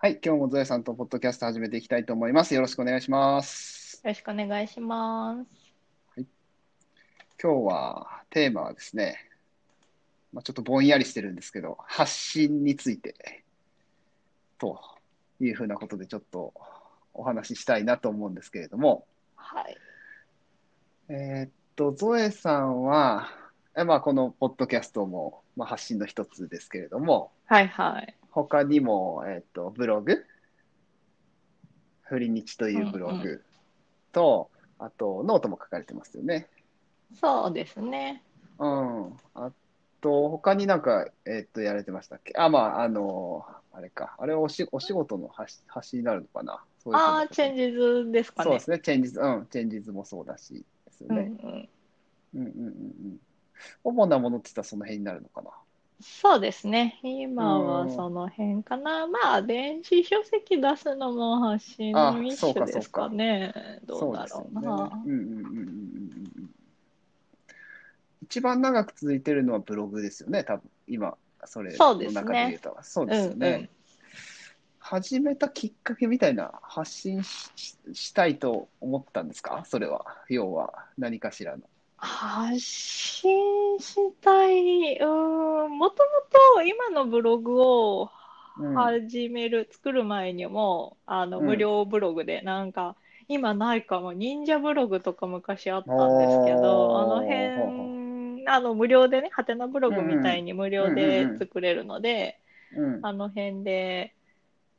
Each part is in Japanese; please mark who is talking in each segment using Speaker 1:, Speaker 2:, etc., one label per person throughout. Speaker 1: はい、今日もゾエさんとポッドキャスト始めていきたいと思います。よろしくお願いします。
Speaker 2: よろしくお願いします。
Speaker 1: はい、今日はテーマはですね、まあ、ちょっとぼんやりしてるんですけど、発信についてというふうなことでちょっとお話ししたいなと思うんですけれども、
Speaker 2: はい。
Speaker 1: えーっと、ゾエさんは、えまあ、このポッドキャストも、まあ、発信の一つですけれども、
Speaker 2: はいはい。
Speaker 1: 他にも、えっと、ブログ、ふりにちというブロ
Speaker 2: うんうん
Speaker 1: グと、あと、ノートも書かれてますよね。
Speaker 2: そうですね。
Speaker 1: うん。あと、他になんか、えっと、やられてましたっけあ、まあ、あの、あれか。あれはおし、お仕事の発発信になるのかな。そういうふう
Speaker 2: あ
Speaker 1: な
Speaker 2: あ、
Speaker 1: こ
Speaker 2: チ
Speaker 1: と
Speaker 2: ェンジズですか
Speaker 1: そうで
Speaker 2: ね。
Speaker 1: すね。チェンジズ、うん、チェンジズもそうだし、ですよ
Speaker 2: うんう
Speaker 1: ね。
Speaker 2: ん。
Speaker 1: うんうんうんうん。主なものって言ったらその辺になるのかな。
Speaker 2: そうですね。今は
Speaker 1: うん。
Speaker 2: その辺かな。まあ、電子書籍出すのも発信
Speaker 1: あ、
Speaker 2: の一
Speaker 1: そうか
Speaker 2: 種で
Speaker 1: そう
Speaker 2: すか
Speaker 1: か。
Speaker 2: ね。どう
Speaker 1: そう
Speaker 2: だ
Speaker 1: ですよ
Speaker 2: ろう
Speaker 1: ね。
Speaker 2: な。
Speaker 1: うんうんうんうんうんうん。一番長く続いてるのはブログですよね、多分今、それ
Speaker 2: そうで
Speaker 1: の
Speaker 2: す
Speaker 1: 中で言う
Speaker 2: ね。
Speaker 1: と。そうで
Speaker 2: う
Speaker 1: すよ
Speaker 2: んう
Speaker 1: ね。
Speaker 2: ん。
Speaker 1: 始めたきっかけみたいな、発信し、したいと思ったんですかそれは。要は、何かしらの。
Speaker 2: 発信したい。うーん。もともと今のブログを
Speaker 1: うん、
Speaker 2: 始める、作る前にも、あの、
Speaker 1: う
Speaker 2: 無
Speaker 1: ん。
Speaker 2: 料ブログで、なんか、今ないかも、忍者ブログとか昔あったんですけ
Speaker 1: おー、
Speaker 2: ど、あの
Speaker 1: ほうほ
Speaker 2: 辺、あの、無料でね、ハテナブロ
Speaker 1: う。う
Speaker 2: グみ
Speaker 1: んう
Speaker 2: たい
Speaker 1: ん。
Speaker 2: に無
Speaker 1: う
Speaker 2: 料
Speaker 1: ん
Speaker 2: で
Speaker 1: うん
Speaker 2: 作れるので、
Speaker 1: うん。うん。
Speaker 2: あの辺で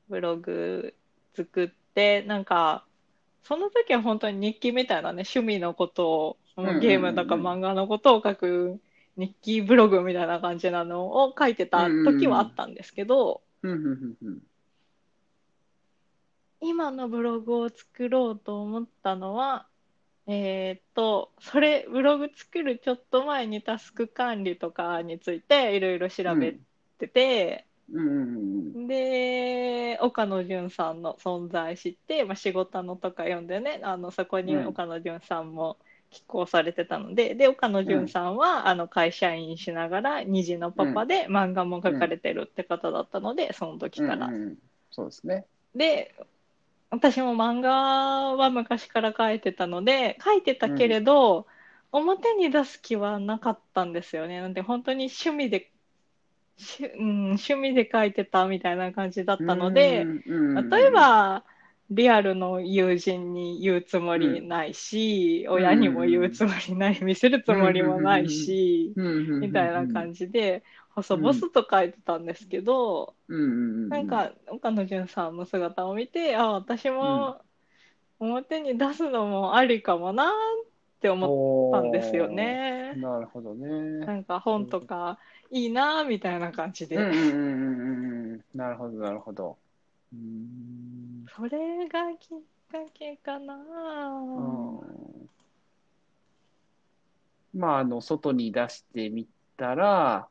Speaker 2: ブログ作って、なんか、その時は本当に日記みたいなね、趣味のことを、
Speaker 1: う
Speaker 2: も
Speaker 1: ん
Speaker 2: う
Speaker 1: うん
Speaker 2: ゲームとか
Speaker 1: うん。
Speaker 2: 漫画のことを書く日記ブログみたいな感じなのを書いて
Speaker 1: うん
Speaker 2: た時はあったんですけ
Speaker 1: うんう
Speaker 2: ど、
Speaker 1: ん。うんうんうんうん。
Speaker 2: 今のブログを作ろうと思ったのは、えーっと、それ、ブログ作るちょっと前にタスク管理とかについていろいろ調
Speaker 1: う
Speaker 2: べ
Speaker 1: ん
Speaker 2: てて、
Speaker 1: うんうんうん。
Speaker 2: で、岡野純さんの存在知って、まあ、仕事のとか読んでね、あの、そこ
Speaker 1: う
Speaker 2: に
Speaker 1: ん
Speaker 2: 岡野純さんも寄稿されてたので、で、岡野
Speaker 1: う
Speaker 2: 純
Speaker 1: ん
Speaker 2: さんは、あの、会社員しながら、二児の
Speaker 1: う
Speaker 2: パパ
Speaker 1: ん
Speaker 2: で漫画も
Speaker 1: う
Speaker 2: 描か
Speaker 1: ん
Speaker 2: れてるって方だったので、その時
Speaker 1: うん
Speaker 2: か
Speaker 1: う
Speaker 2: ら。
Speaker 1: んうん。そうですね。
Speaker 2: で、私も漫画は昔から描いてたので、描いてた
Speaker 1: う
Speaker 2: け
Speaker 1: ん。
Speaker 2: れど、表に出す気はなかったんですよね。なんで本当に趣味で、しゅ、うん、趣味で描いてたみたいな感じだっ
Speaker 1: う
Speaker 2: たので、
Speaker 1: んう
Speaker 2: 例え
Speaker 1: ん
Speaker 2: ば、リアルの友人に言うつも
Speaker 1: うん。う
Speaker 2: り
Speaker 1: ん
Speaker 2: ないし、
Speaker 1: う
Speaker 2: 親にも言うんつもりない、見せるつ
Speaker 1: うん
Speaker 2: も
Speaker 1: う
Speaker 2: りもない
Speaker 1: ん
Speaker 2: し、
Speaker 1: うんうんうん
Speaker 2: み
Speaker 1: う
Speaker 2: たい
Speaker 1: んう
Speaker 2: なん感じで、細
Speaker 1: うんう
Speaker 2: 々
Speaker 1: ん
Speaker 2: と描いてたんですけど、
Speaker 1: うんうん
Speaker 2: なん
Speaker 1: うん
Speaker 2: か、岡野純さんの姿を見て、あ、私
Speaker 1: うんうん
Speaker 2: も表に出すのもありかもなーって思ったんですよ
Speaker 1: おー
Speaker 2: ね。
Speaker 1: なるほどね。
Speaker 2: なんか
Speaker 1: そう
Speaker 2: 本
Speaker 1: いう
Speaker 2: と
Speaker 1: こと。
Speaker 2: かいいなーみたいな感じ
Speaker 1: うん
Speaker 2: で。
Speaker 1: うんうんうんうんうん。なるほど、なるほど。うーん。
Speaker 2: それがきっかけかな
Speaker 1: う
Speaker 2: ー。
Speaker 1: んまあ、あの、外に出してみたら、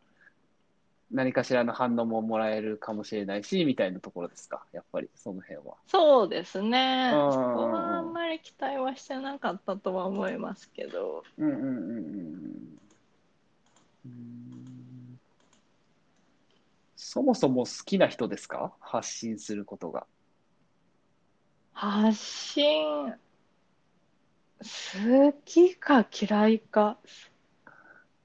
Speaker 1: 何かしらの反応ももらえるかもしれないし、みたいなところですか。やっぱり、その辺は。
Speaker 2: そうです
Speaker 1: う
Speaker 2: ね。そこはあ
Speaker 1: ん
Speaker 2: ん
Speaker 1: うん
Speaker 2: まり期待はしてなかったとは思いますけど。
Speaker 1: うんうんうんうん。そもそも好きな人ですか発信することが。
Speaker 2: 発信、好きか嫌いか
Speaker 1: っ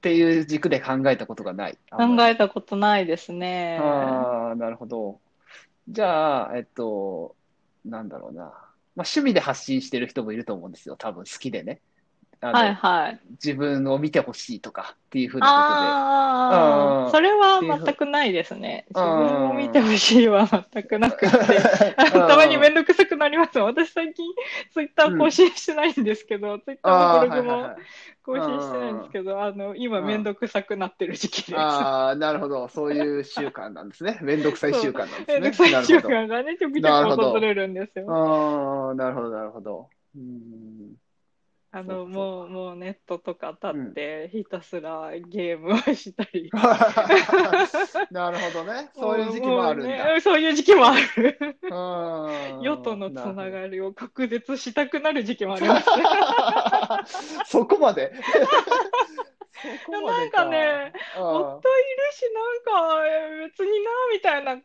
Speaker 1: ていう軸で考えたことがない、あんま
Speaker 2: 考
Speaker 1: り。
Speaker 2: えたことないですね。
Speaker 1: ああ、なるほど。じゃあ、えっと、なんだろうな。まあ、趣味で発信してる人もいると思うんですよ。多分好きでね。あ
Speaker 2: はい
Speaker 1: の、
Speaker 2: はい。
Speaker 1: 自分を見てほしいとかっていうふうなことで。
Speaker 2: ああ、
Speaker 1: ああ、っ
Speaker 2: それは
Speaker 1: ていうふ
Speaker 2: 全
Speaker 1: う、
Speaker 2: くないですね。自分を見て
Speaker 1: あ
Speaker 2: ほしいは全くなくって、 たまに
Speaker 1: あ、
Speaker 2: めんどくさくなります。私最近ツイッタ
Speaker 1: う
Speaker 2: ー更
Speaker 1: ん。
Speaker 2: 新してないんですけど、ツイッターもブ
Speaker 1: ああ、
Speaker 2: ロ
Speaker 1: は
Speaker 2: グ
Speaker 1: いはい
Speaker 2: も
Speaker 1: はい。
Speaker 2: 更新してないんですけど、あの、
Speaker 1: う
Speaker 2: 今
Speaker 1: ん、う
Speaker 2: めん
Speaker 1: ん。
Speaker 2: どくさくなってる時期です。
Speaker 1: ああ、なるほど。そういう習慣なんですね。めんどくさい
Speaker 2: そ
Speaker 1: 習
Speaker 2: う、
Speaker 1: 慣なんです
Speaker 2: めんどく
Speaker 1: ね。
Speaker 2: さい
Speaker 1: なるほ
Speaker 2: 瞬
Speaker 1: ど。
Speaker 2: 間がね、ちょくちょ
Speaker 1: な
Speaker 2: く
Speaker 1: るほ
Speaker 2: 訪
Speaker 1: ど。
Speaker 2: れるんですよ。
Speaker 1: ああ、なるほど、なるほど。うーん、 そ
Speaker 2: あ
Speaker 1: う
Speaker 2: の、
Speaker 1: か、そう
Speaker 2: もう、
Speaker 1: か。
Speaker 2: もうネットとか立っ
Speaker 1: うん。
Speaker 2: て、ひたすらゲームをしたり。
Speaker 1: なるほどね。そういう
Speaker 2: もう、
Speaker 1: 時期も
Speaker 2: も
Speaker 1: あ
Speaker 2: う
Speaker 1: るんだ。
Speaker 2: ね、そういう時期もある。
Speaker 1: う
Speaker 2: 世と
Speaker 1: ー
Speaker 2: の
Speaker 1: ん、
Speaker 2: つ
Speaker 1: なるほ
Speaker 2: な
Speaker 1: ど。
Speaker 2: がりを隔絶したくなる時期もあります ね。
Speaker 1: そこまでそこま
Speaker 2: な
Speaker 1: で
Speaker 2: ん
Speaker 1: か。
Speaker 2: かね、夫
Speaker 1: あ
Speaker 2: いるし、なんかえー別にな、みたいな。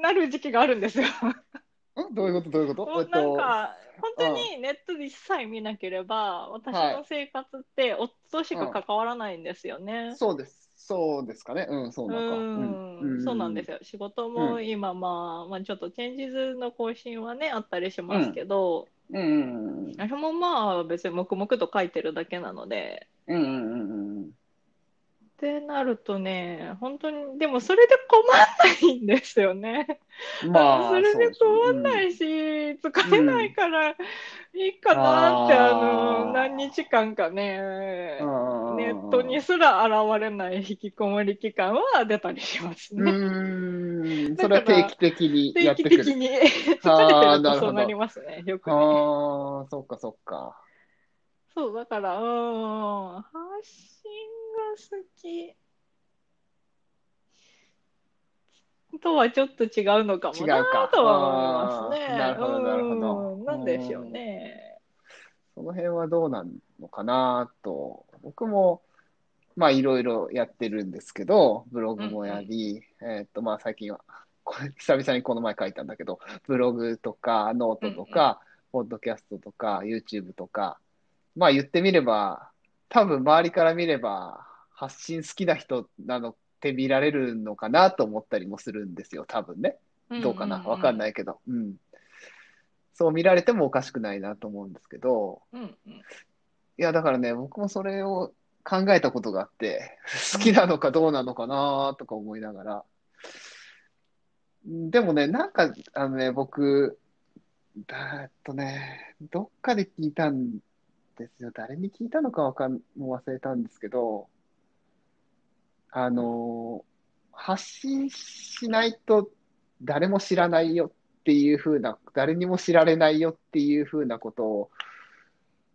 Speaker 2: なる時期があるんです よ。
Speaker 1: んどういうことどういうこと
Speaker 2: も
Speaker 1: え
Speaker 2: う
Speaker 1: っ
Speaker 2: なん
Speaker 1: と、
Speaker 2: か、本当にネットで一切見なければ、私の生活って夫としか関わらないんですよね。
Speaker 1: そうです。そうですかね。うん、そう
Speaker 2: う
Speaker 1: なのか。
Speaker 2: ん、そうなんです
Speaker 1: よ。
Speaker 2: よ。仕事も今、まあ、まあ、ちょっとチェンジズの更新はね、あったりしますけど、
Speaker 1: うんうんうん。
Speaker 2: あれもまあ、別に黙々と書いてるだけなので。
Speaker 1: うんうんうんうん。
Speaker 2: ってなるとね、本当に、でもそれで困んないんですよね。
Speaker 1: まあ、
Speaker 2: それ
Speaker 1: う
Speaker 2: で
Speaker 1: しょう
Speaker 2: 困んな
Speaker 1: うん
Speaker 2: いし、疲れないからいいかなって、
Speaker 1: あ
Speaker 2: あ
Speaker 1: ー
Speaker 2: の、何日間かね、
Speaker 1: あー
Speaker 2: ネットにすら現れない引きこもり期間は出たりします
Speaker 1: う
Speaker 2: ね。
Speaker 1: ーん、
Speaker 2: だ
Speaker 1: それ
Speaker 2: から
Speaker 1: は定期的にや
Speaker 2: 定
Speaker 1: って
Speaker 2: 期
Speaker 1: く
Speaker 2: 的
Speaker 1: る。
Speaker 2: に
Speaker 1: あー
Speaker 2: 疲れて
Speaker 1: な
Speaker 2: る
Speaker 1: る
Speaker 2: と
Speaker 1: ほ
Speaker 2: そ
Speaker 1: ど
Speaker 2: うなりますね、よくね。
Speaker 1: ああ、そっかそっか。
Speaker 2: そう、だから、うーん、発信が好きとはちょっと違うのか
Speaker 1: 違
Speaker 2: も
Speaker 1: う
Speaker 2: な
Speaker 1: か。
Speaker 2: とは思います
Speaker 1: あ
Speaker 2: ね。
Speaker 1: ーなるほど、なるほ
Speaker 2: う
Speaker 1: ど。
Speaker 2: ん、なんでしょう
Speaker 1: うん。
Speaker 2: ね。。
Speaker 1: その辺はどうなんのかなと。僕も、まあ、いろいろやってるんですけど、ブログもやり、えーっと、まあ、最近は、これ、 久々にこの前書いたんだけど、ブログとか、ノートとか、ポッドキャストとか、YouTube とか、まあ、言ってみれば、多分、周りから見れば、発信好きな人なのって見られるのかなと思ったりもするんですよ、多分ね。どうかな、わかんないいけど。うん。そう見られてもおかしくないなと思うんですけど、
Speaker 2: うんうん
Speaker 1: いや、だからね、僕もそれを考えたことがあって、 好きなのかどうなのかなとか思いながら。うんでもね、なんか、あのね、僕、だーっとね、どっかで聞いたんですよ。誰に聞いたのかわかん、もう忘れたんですけど、あのー発信しないと誰も知らないよっていうふうな、誰にも知られないよっていうふうなことを、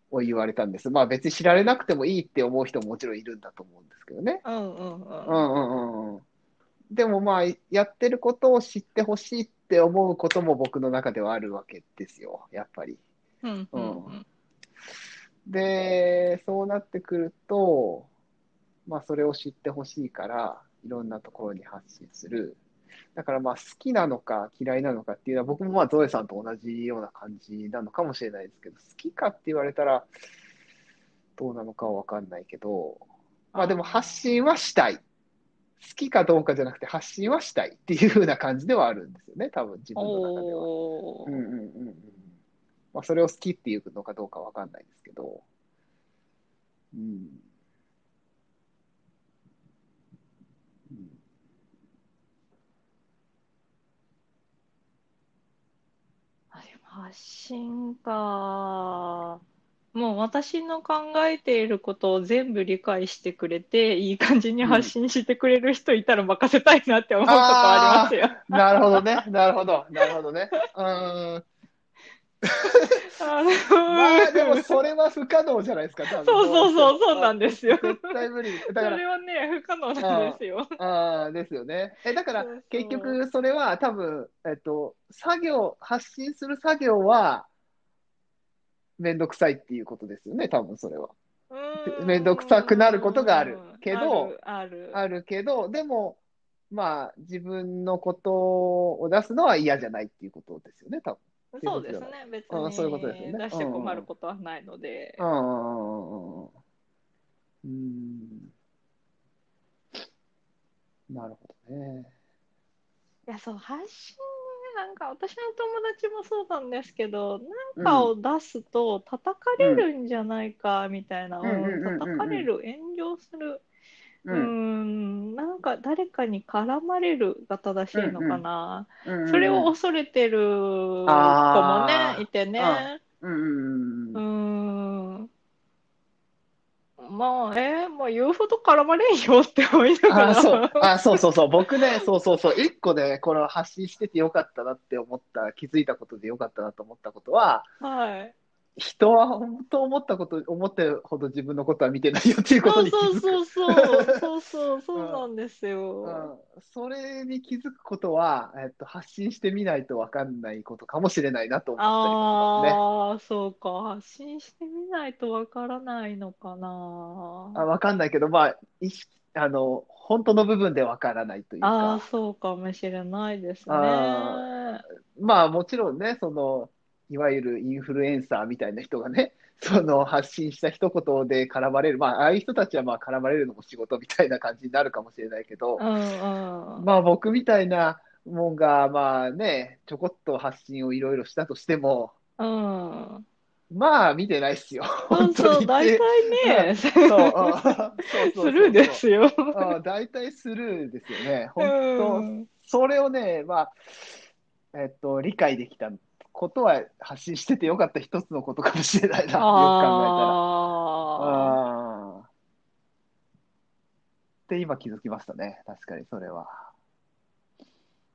Speaker 1: を言われたんです。まあ別に知られなくてもいいって思う人ももちろんいるんだと思うんですけどね。
Speaker 2: うんうん
Speaker 1: うん
Speaker 2: うん
Speaker 1: うんうん。でもまあ、やってることを知ってほしいって思うことも僕の中ではあるわけですよ、やっぱり。
Speaker 2: うんうんうん
Speaker 1: で、そうなってくると、まあそれを知ってほしいから、いろんなところに発信する。だからまあ好きなのか嫌いなのかっていうのは僕もまあゾエさんと同じような感じなのかもしれないですけど、好きかって言われたらどうなのかはわかんないけど、まあでも発信はしたい。好きかどうかじゃなくて発信はしたいっていう風な感じではあるんですよね、多分自分の中では。
Speaker 2: お
Speaker 1: うん
Speaker 2: ー
Speaker 1: うんうんうん。まあ、それを好きっていうのかどうかわかんないですけど。うん。うん
Speaker 2: あでも発信か。もう私の考えていることを全部理解してくれて、いい感じに発信してくれる人いたら任せたいなって思うことありますよ。
Speaker 1: なるほど ね。なるほど。なるほどね。うーん。
Speaker 2: あ
Speaker 1: まあ、で
Speaker 2: の
Speaker 1: もそれは不可能じゃないですか、多分
Speaker 2: そうそうそう、そうなん
Speaker 1: で
Speaker 2: ですよ。
Speaker 1: 絶対無理。だか
Speaker 2: そ
Speaker 1: ら
Speaker 2: れ、はね、不可能なんですよ。
Speaker 1: ああ、ですよね。え、だから
Speaker 2: そうそう
Speaker 1: 結局それは多分、えっと、作業、発信する作業はめんどくさいっていうことですよね、多分それは。
Speaker 2: うーん
Speaker 1: めんどくさくなることがあるけど、
Speaker 2: ある、ある。
Speaker 1: あるけど、でも、まあ、自分のことを出すのは嫌じゃないっていうことですよね、多分。
Speaker 2: そうですね、別
Speaker 1: うんそういうことですよ
Speaker 2: に
Speaker 1: ね
Speaker 2: 出して困ることはないので。
Speaker 1: うんうんうんうんうんうん。うん。なるほどね。
Speaker 2: いや、そう、発信ね、なんか私の友達もそうなんですけど、
Speaker 1: う
Speaker 2: なんんかを出すと叩かれるんじゃないかみたいな、
Speaker 1: うんうんうんうんうん
Speaker 2: 叩かれる、炎上する、うー
Speaker 1: うん
Speaker 2: ん、なんか誰かに絡まれるが正しいのかな。
Speaker 1: うんうん
Speaker 2: それを恐れてる子も
Speaker 1: あ
Speaker 2: ね、
Speaker 1: ー
Speaker 2: いてね。
Speaker 1: うんうん
Speaker 2: う
Speaker 1: う
Speaker 2: ー
Speaker 1: ん
Speaker 2: ん。まあ、えー、もう言うほど絡まれんよって思いなが
Speaker 1: あー
Speaker 2: ら。
Speaker 1: そう、あ、そうそうそう、僕ね、そうそうそう、一個ね、これを発信しててよかったなって思った、気づいたことでよかったなと思ったことは、
Speaker 2: はい。
Speaker 1: 人は本当思ったこと、思ってるほど自分のことは見てないよっていうこと
Speaker 2: そう
Speaker 1: に気づく。
Speaker 2: そうそうそう、そうそう、そうなんですよ。
Speaker 1: うんそれに気づくことは、えっと、発信してみないとわかんないことかもしれないなと思ったりもしますね。
Speaker 2: ああ、そうか。発信してみないとわからないのかな。
Speaker 1: あ、わかんないけど、まあ、意識、あの、本当の部分でわからないという
Speaker 2: ああ、
Speaker 1: か、
Speaker 2: そうかもしれないですね。
Speaker 1: あまあもちろんね、その、いわゆるインフルエンサーみたいな人がね、 その発信した一言で絡まれる、まあああいう人たちはまあ絡まれるのも仕事みたいな感じになるかもしれないけど
Speaker 2: う、んうん。
Speaker 1: まあ僕みたいなもんが、まあね、ちょこっと発信をいろいろしたとしても、
Speaker 2: うん。
Speaker 1: まあ見てないっすよ、本
Speaker 2: 本
Speaker 1: 当
Speaker 2: 当、
Speaker 1: に
Speaker 2: 大
Speaker 1: 言って。
Speaker 2: 体ね、ス
Speaker 1: そうそうそうそうそう
Speaker 2: ルーですよ。
Speaker 1: あ大体スルーですよね。
Speaker 2: う
Speaker 1: 本当、
Speaker 2: ん。
Speaker 1: それをね、まあ、えっと、理解できたことは発信しててよかった一つのことかもしれないな、よく考えたら。
Speaker 2: ああ。
Speaker 1: あーって今気づきましたね。確かにそれは。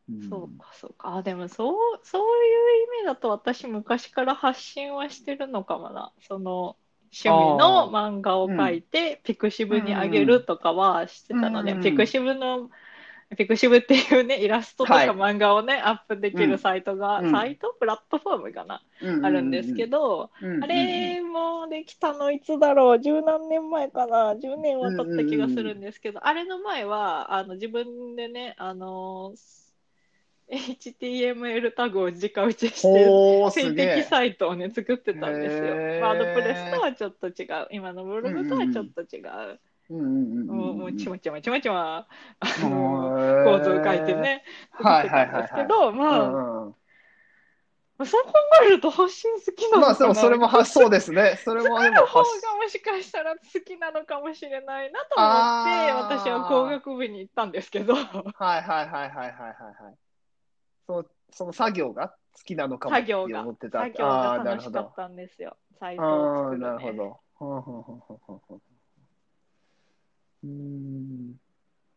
Speaker 1: うん
Speaker 2: そうか、そうか。あ、でも、そう、そういう意味だと、私、昔から発信はしてるのかもな。その、趣味の漫画を描いて、ピクシブにあげるとかはしてたので、
Speaker 1: うんうん
Speaker 2: ピクシブの、ピクシブっていうね、イラストとか
Speaker 1: はい
Speaker 2: 漫画をね、アップできるサイトが、
Speaker 1: うん
Speaker 2: サイトプラットフォームかな、
Speaker 1: うううう
Speaker 2: あるんですけ、ど、
Speaker 1: うんうんうん
Speaker 2: あれもできたのいつだろう、十何年前かな、10年は経った気がするんですけど、あれの前はあの自分でね、あの HTML タグを直打ちして、
Speaker 1: ほー、す
Speaker 2: 水
Speaker 1: げ
Speaker 2: 滴
Speaker 1: え。
Speaker 2: サイトをね、作ってたんですよ
Speaker 1: へー。
Speaker 2: ワードプレスとはちょっと違う、今のブログとはちょっと違う、
Speaker 1: うんうんうんうん
Speaker 2: もうもうちまちまちまちま、あ
Speaker 1: うん
Speaker 2: の
Speaker 1: へ
Speaker 2: 構
Speaker 1: ー
Speaker 2: 図を書いてね、作っ
Speaker 1: はい
Speaker 2: て
Speaker 1: は
Speaker 2: た
Speaker 1: いはい
Speaker 2: ん
Speaker 1: はい
Speaker 2: ですけど、まあ、
Speaker 1: うんうん
Speaker 2: まあそう考えると発信好きなの
Speaker 1: まあ、
Speaker 2: か
Speaker 1: でも
Speaker 2: な
Speaker 1: それもは、そうですね。それもでも
Speaker 2: 方が
Speaker 1: 発
Speaker 2: もしかしたら好きなのかもしれないなと
Speaker 1: あ
Speaker 2: 思
Speaker 1: ー
Speaker 2: って私は工学部に行ったんですけど
Speaker 1: はいはいはいはいはいはいはい。そのその作業が好きなのかも
Speaker 2: 作業
Speaker 1: って
Speaker 2: が
Speaker 1: 思ってた。
Speaker 2: 作業
Speaker 1: あ
Speaker 2: が
Speaker 1: ーなる
Speaker 2: 楽
Speaker 1: ほ
Speaker 2: しかっ
Speaker 1: ど。
Speaker 2: たんですよサイトを
Speaker 1: ああ、
Speaker 2: 作る、ね、
Speaker 1: なるほど。ほうほうほうほうほうほう。うーん。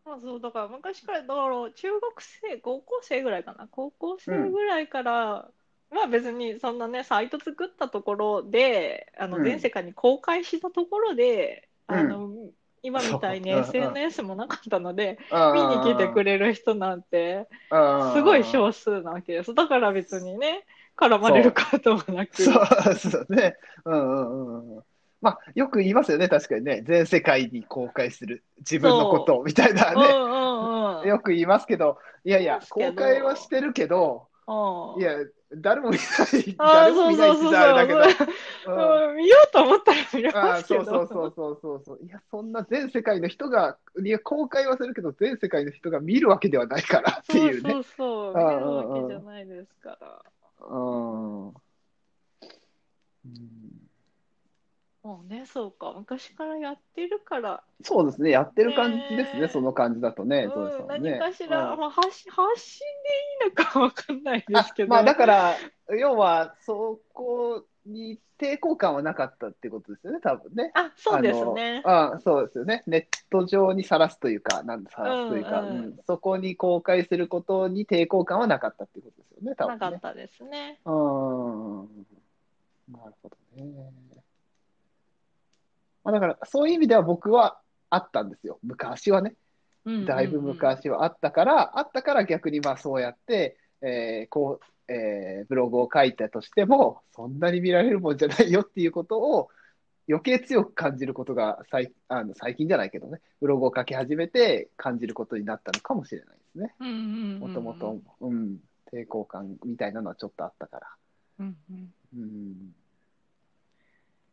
Speaker 2: まあそうだから昔からだから中学生高校生ぐらいかな高校生ぐらいから、まあ別にそんなねサイト作ったところであの
Speaker 1: うん
Speaker 2: 全世界に公開したところで、
Speaker 1: うん
Speaker 2: あの今みたいに
Speaker 1: そううんうん
Speaker 2: SNS もなかったので、
Speaker 1: あ
Speaker 2: 見に来てく
Speaker 1: れ。
Speaker 2: れる人なんて
Speaker 1: あー
Speaker 2: すごい少数なわけです。だから別にね、絡まれることもなく。
Speaker 1: そうそうね。うんうんうんうん。まあ、よく言いますよね、確かにね。全世界に公開する。自分のことをみたいな
Speaker 2: うん
Speaker 1: ね。
Speaker 2: うんうん。
Speaker 1: よく言いますけど、いやいや
Speaker 2: で、すけど
Speaker 1: 公開はしてるけど、
Speaker 2: うん
Speaker 1: いや、誰も見ない、
Speaker 2: あー
Speaker 1: 誰
Speaker 2: そ
Speaker 1: も
Speaker 2: う
Speaker 1: 見ない
Speaker 2: そ
Speaker 1: って言っ
Speaker 2: うそうそ
Speaker 1: たらあれだけ
Speaker 2: う。
Speaker 1: ど、うん
Speaker 2: うん見ようと思ったら見れま
Speaker 1: あ
Speaker 2: すけ
Speaker 1: そ
Speaker 2: ど。
Speaker 1: うそうそうそうそうそう。いや、そんな全世界の人が、いや、公開はするけど、全世界の人が見るわけではないからっていうね。
Speaker 2: そうそうそう
Speaker 1: うんうんうん
Speaker 2: 見れるわけじゃないですから。
Speaker 1: うんうん
Speaker 2: もうね、そうか。昔からやってるから、
Speaker 1: そうですね、やってる感じです
Speaker 2: ね
Speaker 1: ね、その感じだとね、ゾウ
Speaker 2: う
Speaker 1: さん
Speaker 2: ん、
Speaker 1: は
Speaker 2: 何
Speaker 1: ね。
Speaker 2: かしら、
Speaker 1: うん
Speaker 2: まあ、発信発信でいいのかわかんないですけど。
Speaker 1: まあ、だから、要は、そこに抵抗感はなかったってことですよね、多分ね。
Speaker 2: あ、そうですね。
Speaker 1: あのあそうですよね。ネット上にさらすというか、なんさらすというか、
Speaker 2: うんうん
Speaker 1: うんそこに公開することに抵抗感はなかったっていうことですよね、多
Speaker 2: な
Speaker 1: 分
Speaker 2: か
Speaker 1: ね
Speaker 2: っ。たですね。
Speaker 1: うーん。なるほどね。まあ、だから、そういう意味では僕はあったんですよ。昔はね。
Speaker 2: うんうんうん
Speaker 1: だいぶ昔はあったから、あったから逆にまあそうやって、えーこう、えーブログを書いたとしても、そんなに見られるもんじゃないよっていうことを余計強く感じることが最、あの、最近じゃないけどね、ブログを書き始めて感じることになったのかもしれないですね。
Speaker 2: うんうんう
Speaker 1: も
Speaker 2: ん
Speaker 1: ともと、うん、抵抗感みたいなのはちょっとあったから。
Speaker 2: うんうん
Speaker 1: うん。
Speaker 2: い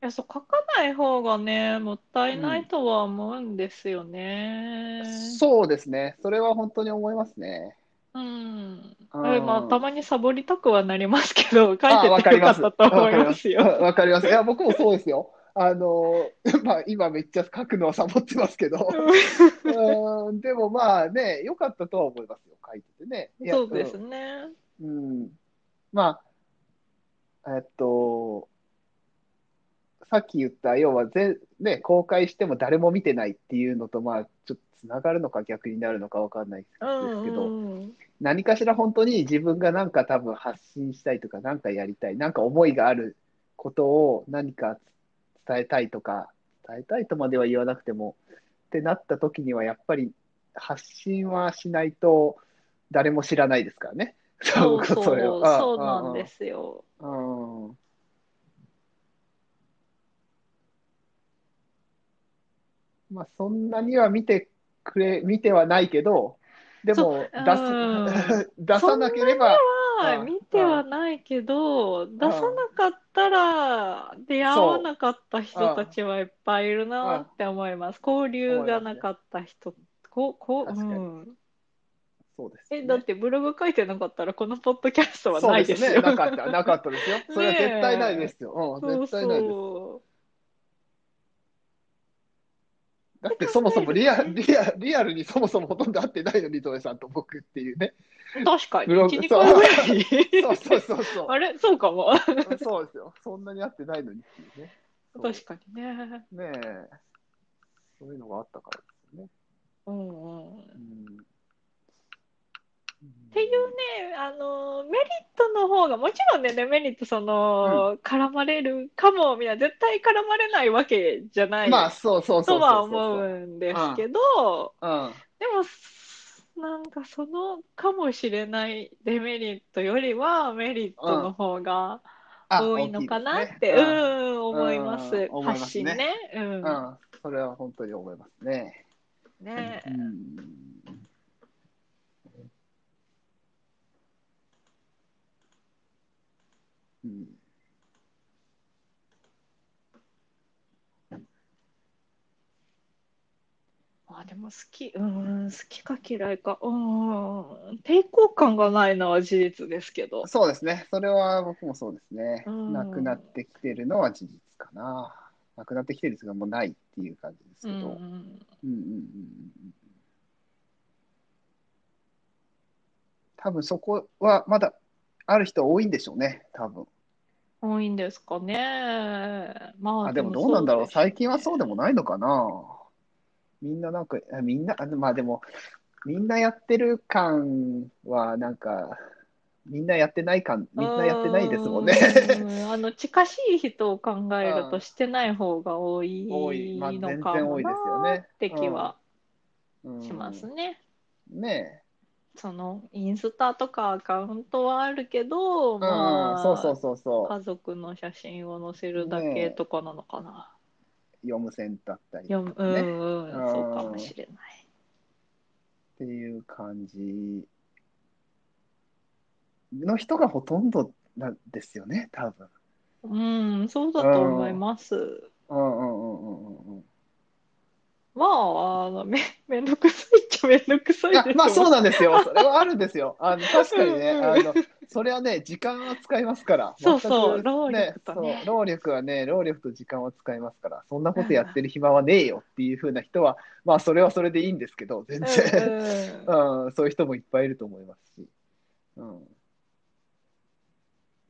Speaker 2: や、そう、書かない方がね、もったいないとは思うんですよね。
Speaker 1: そうですね。それは本当に思いますね。
Speaker 2: うん。
Speaker 1: うん
Speaker 2: あれまあ、たまにサボりたくはなりますけど、書いて
Speaker 1: あ、わ
Speaker 2: て
Speaker 1: かり
Speaker 2: よか
Speaker 1: ま
Speaker 2: っ
Speaker 1: す。
Speaker 2: たと思いますよ。
Speaker 1: わわかります。いや、僕もそうですよ。あの、 まあ、今めっちゃ書くのはサボってますけど、うん、でもまあね、良かったとは思いますよ。書いててね。いや
Speaker 2: そうです。ね。
Speaker 1: うん。うんまあ、えっと、さっき言った、要は全、ね、公開しても誰も見てないっていうのと、まあ、ちょっとつながるのか逆になるのかわかんないですけ
Speaker 2: う
Speaker 1: ど、
Speaker 2: んうん。
Speaker 1: 何かしら本当に自分がなんか多分発信したいとか何かやりたい何か思いがあることを何か伝えたいとか伝えたいとまでは言わなくてもってなった時にはやっぱり発信はしないと誰も知らないですからね。
Speaker 2: そ うそう、
Speaker 1: れを
Speaker 2: そうなんで。すよ。
Speaker 1: うんうんまあそんなには見てくれ、見てはないけど、でも、
Speaker 2: そう
Speaker 1: 出
Speaker 2: う
Speaker 1: す、 出さなければ、
Speaker 2: は
Speaker 1: うん
Speaker 2: 見てはないけど、出さなかったら出会わなかった人たちはいっぱいいるなって思います。交流がなかった人、こう、こう、
Speaker 1: 確かに
Speaker 2: うん。
Speaker 1: そうです、
Speaker 2: え、だってブログ書いてなかったらこのポッドキャストは
Speaker 1: そう
Speaker 2: ない
Speaker 1: で
Speaker 2: ですす
Speaker 1: ね。
Speaker 2: よ。
Speaker 1: なかった、なかった ですよ。それは絶対ないですよ。うん、
Speaker 2: そう
Speaker 1: 絶対ないです。
Speaker 2: そう。
Speaker 1: だってそもそもリア
Speaker 2: 考えるとね
Speaker 1: リアリアルにそもそもほとんど会ってないのに、戸江さんと僕っていうね。
Speaker 2: 確かに、
Speaker 1: ブログ
Speaker 2: 1、2回ぐら
Speaker 1: そう
Speaker 2: い。
Speaker 1: そうそうそう。
Speaker 2: あれそうかも。
Speaker 1: そうですよ。そんなに会ってないのにっていうね。そう
Speaker 2: 確かにね。
Speaker 1: ねえ。そういうのがあったからですよね。
Speaker 2: うんうん。
Speaker 1: うん。っ
Speaker 2: っていうね、あの、メリットの方が、もちろんね、デメリット、その、絡まれるかも、みたいな、絶対絡まれないわけじゃない
Speaker 1: まあ、そうそうそうそうそう。
Speaker 2: とは思うんですけど、
Speaker 1: うん。
Speaker 2: でも、なんかその、かもしれないデメリットよりは、メリットの方が
Speaker 1: あ
Speaker 2: 多いのかな
Speaker 1: 大き
Speaker 2: っ
Speaker 1: いで
Speaker 2: て、
Speaker 1: すね
Speaker 2: うん、思います。
Speaker 1: うん思いますね
Speaker 2: 発信ね。うん。
Speaker 1: うん。うんそれは本当に思いますね。
Speaker 2: ね
Speaker 1: う。ん。うん。
Speaker 2: まあでも好き、うん、好きか嫌いか、うん、抵抗感がないのは事実ですけど。
Speaker 1: そうですね。それは僕もそうですね。
Speaker 2: うん
Speaker 1: なくなってきてるのは事実かな。なくなってきてるんですが、もうないっていう感じですけど。
Speaker 2: うん
Speaker 1: うんうんうんうんうん多分そこはまだある人多いんでしょうね、多分。
Speaker 2: 多いんですかね。まあ、
Speaker 1: あ、でもどうなんだろう、
Speaker 2: そ
Speaker 1: 最近はそうでもないのかな。みんななんか、あみんな、あまあでも、みんなやってる感は、なんか、みんなやってない感、みんなやってないですも んね。
Speaker 2: うんあの、近しい人を考えるとしてない方が多い
Speaker 1: 多い、まあ、全
Speaker 2: の
Speaker 1: 然
Speaker 2: か
Speaker 1: 多
Speaker 2: も
Speaker 1: いです
Speaker 2: な
Speaker 1: よね。
Speaker 2: って気は
Speaker 1: うん
Speaker 2: しますね。
Speaker 1: ね
Speaker 2: その、インスタとかアカウントはあるけど、
Speaker 1: え、
Speaker 2: まあ、
Speaker 1: うん、そうそうそうそう
Speaker 2: 家族の写真を載せるだけとかなのかな。
Speaker 1: 読む線だったりっ
Speaker 2: 読む、うんうん、
Speaker 1: ね
Speaker 2: そうかもしれない。
Speaker 1: ていう感じの人がほとんどなんですよね多分
Speaker 2: うん、そうだと思います。
Speaker 1: うんうんうんうんうんうん
Speaker 2: まあ、あの、め、めんどくさいっちゃめんどくさい
Speaker 1: いや
Speaker 2: です
Speaker 1: まあそう
Speaker 2: う
Speaker 1: なんですよ それはあるんですよあの確かにね
Speaker 2: うんうん
Speaker 1: あのそれはね時間は使いますから
Speaker 2: そうそ
Speaker 1: 全
Speaker 2: う
Speaker 1: く
Speaker 2: 労力とね
Speaker 1: そう労力はね労力と時間は使いますからそんなことやってる暇はねえよっていう風な人はまあそれはそれでいいんですけど全
Speaker 2: ん
Speaker 1: 然
Speaker 2: うん
Speaker 1: うん、そういう人もいっぱいいると思いますし、うん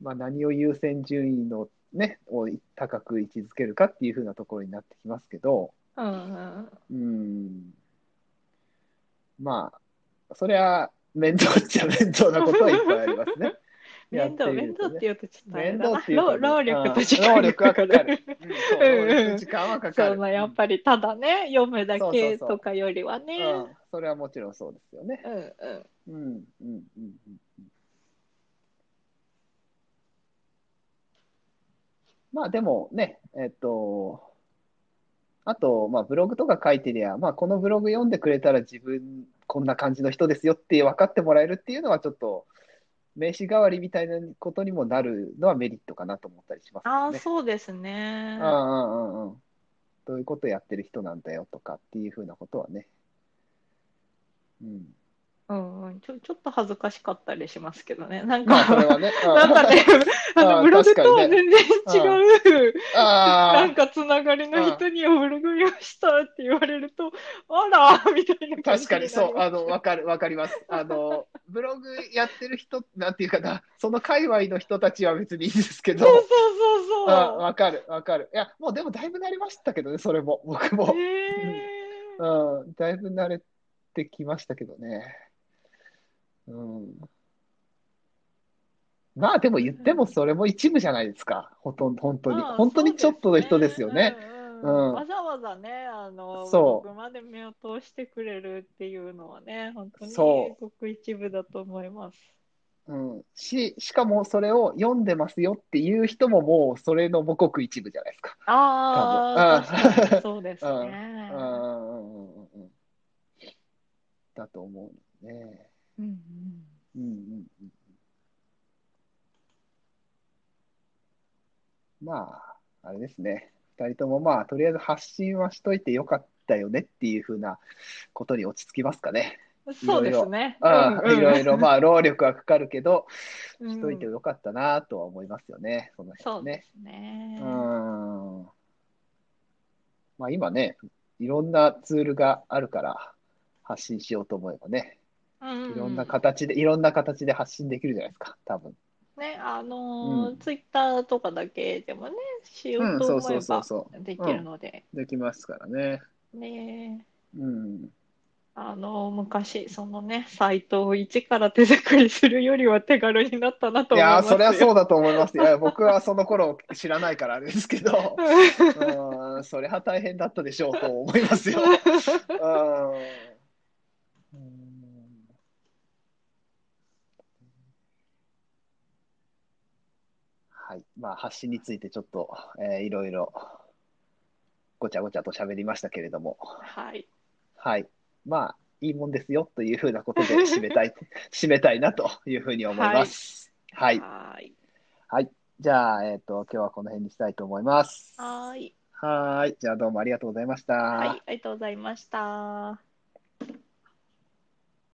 Speaker 1: まあ、何を優先順位の、ね、を高く位置づけるかっていうふうなところになってきますけど、
Speaker 2: うんうん。
Speaker 1: うん、まあそりゃ面倒っちゃ面倒なことはいっぱいありますね。 や っ
Speaker 2: 面
Speaker 1: て
Speaker 2: 倒、
Speaker 1: み
Speaker 2: 面
Speaker 1: る
Speaker 2: 倒
Speaker 1: と
Speaker 2: って
Speaker 1: ね
Speaker 2: 言うとちょっとあれだ
Speaker 1: 面
Speaker 2: な。
Speaker 1: 倒っていうか
Speaker 2: 労、労力と時
Speaker 1: うん
Speaker 2: 間
Speaker 1: 労力はかかる。うんそう労
Speaker 2: う
Speaker 1: 力と
Speaker 2: ん
Speaker 1: 時間はかか
Speaker 2: そ
Speaker 1: る。
Speaker 2: んな、やっぱりただね、読むだけ
Speaker 1: そうそうそう
Speaker 2: とかよりはね。
Speaker 1: うん、それはもちろんそうですよね。
Speaker 2: うん
Speaker 1: うん
Speaker 2: うん。
Speaker 1: うんうんうんうんまあでもね、えっと、あと、まあブログとか書いてりゃ、まあこのブログ読んでくれたら自分こんな感じの人ですよって分かってもらえるっていうのはちょっと名刺代わりみたいなことにもなるのはメリットかなと思ったりします
Speaker 2: あ
Speaker 1: よ
Speaker 2: あ、
Speaker 1: ね。
Speaker 2: そうですね。
Speaker 1: うんうんうんうん。どういうことやってる人なんだよとかっていうふうなことはね。うん。
Speaker 2: うんうん。ちょ、ちょっと恥ずかしかったりしますけ どね。なん
Speaker 1: まあそれ
Speaker 2: か、
Speaker 1: はね。うん
Speaker 2: なんか ね、あの、
Speaker 1: あー
Speaker 2: ブログとは
Speaker 1: 確か
Speaker 2: 全然違 う。な
Speaker 1: あ
Speaker 2: んかつながりの人にブログ用したって言われると、 あらみたいな
Speaker 1: あ、
Speaker 2: 感
Speaker 1: 確
Speaker 2: じ
Speaker 1: か
Speaker 2: にな
Speaker 1: に
Speaker 2: り
Speaker 1: そう、
Speaker 2: ます
Speaker 1: あの、わかる、わかります。あ の、ブログやってる人、なんていうかな、その界隈の人たちは別にいいですけど、
Speaker 2: そうそうそううんそ
Speaker 1: わかる、わかる。いや、もうでもだいぶ慣れましたけどね、それも、僕
Speaker 2: う。
Speaker 1: も。
Speaker 2: へえ
Speaker 1: うん、だいぶ慣れてきましたけどね。うん。まあでも言ってもそれも一部じゃないですか、ほとんど、本当に。
Speaker 2: まあ
Speaker 1: 本当にちょっとの人ですよね。。
Speaker 2: そうですねうんうん
Speaker 1: うん
Speaker 2: わざわざね、あの、
Speaker 1: そう
Speaker 2: ブログまで目を通してくれるっていうのはね、本当に
Speaker 1: そう
Speaker 2: ごく一部だと思います。
Speaker 1: うん、し、しかもそれを読んでますよっていう人ももうそれの母国一部じゃないですか。
Speaker 2: ああ、
Speaker 1: 多分
Speaker 2: 確かにそうですね。
Speaker 1: うんうんうんうんうんだと思うので、
Speaker 2: うんうん
Speaker 1: うんうんうん。まあ、あれですね。二人ともまあ、とりあえず発信はしといてよかったよねっていうふうなことに落ち着きますかね。
Speaker 2: そうですね。
Speaker 1: あ
Speaker 2: うん
Speaker 1: あ、
Speaker 2: うん
Speaker 1: いろいろ、まあ、労力はかかるけど、
Speaker 2: うん
Speaker 1: しといてよかったなとは思いますよね。その
Speaker 2: そう
Speaker 1: 辺
Speaker 2: で
Speaker 1: ね。
Speaker 2: すね。
Speaker 1: うん。まあ、今ね、いろんなツールがあるから、発信しようと思えばね、
Speaker 2: うん
Speaker 1: いろんな形で、いろんな形で発信できるじゃないですか、多分。
Speaker 2: ね、あのー
Speaker 1: うん
Speaker 2: ツイッターとかだけでもね、しようと
Speaker 1: そ
Speaker 2: 思
Speaker 1: うそ
Speaker 2: え
Speaker 1: うそう
Speaker 2: ば
Speaker 1: そ
Speaker 2: できるので、
Speaker 1: う。できますからね。
Speaker 2: ね、
Speaker 1: うん。
Speaker 2: あのー昔、そのね、サイトを一から手作りするよりは手軽になったなと
Speaker 1: い
Speaker 2: 思い
Speaker 1: や
Speaker 2: ま
Speaker 1: ー、
Speaker 2: す
Speaker 1: それは
Speaker 2: よ。
Speaker 1: そうだと思います。いや、僕はその頃知らないからあれですけど、 うん、それは大変だったでしょうと思いますよ。うんうんはい。まあ、発信についてちょっと、えーいろいろ、ごちゃごちゃと喋りましたけれども、
Speaker 2: はい。
Speaker 1: はい。まあ、いいもんですよというふうなこと で締めたい、締めたいなというふうに思います。はい。
Speaker 2: はーい。
Speaker 1: はい。じゃあ、えっ、と、今日はこの辺にしたいと思います。
Speaker 2: はーい。
Speaker 1: はーい。じゃあ、どうもありがとうございました。
Speaker 2: はい、ありがとうございました。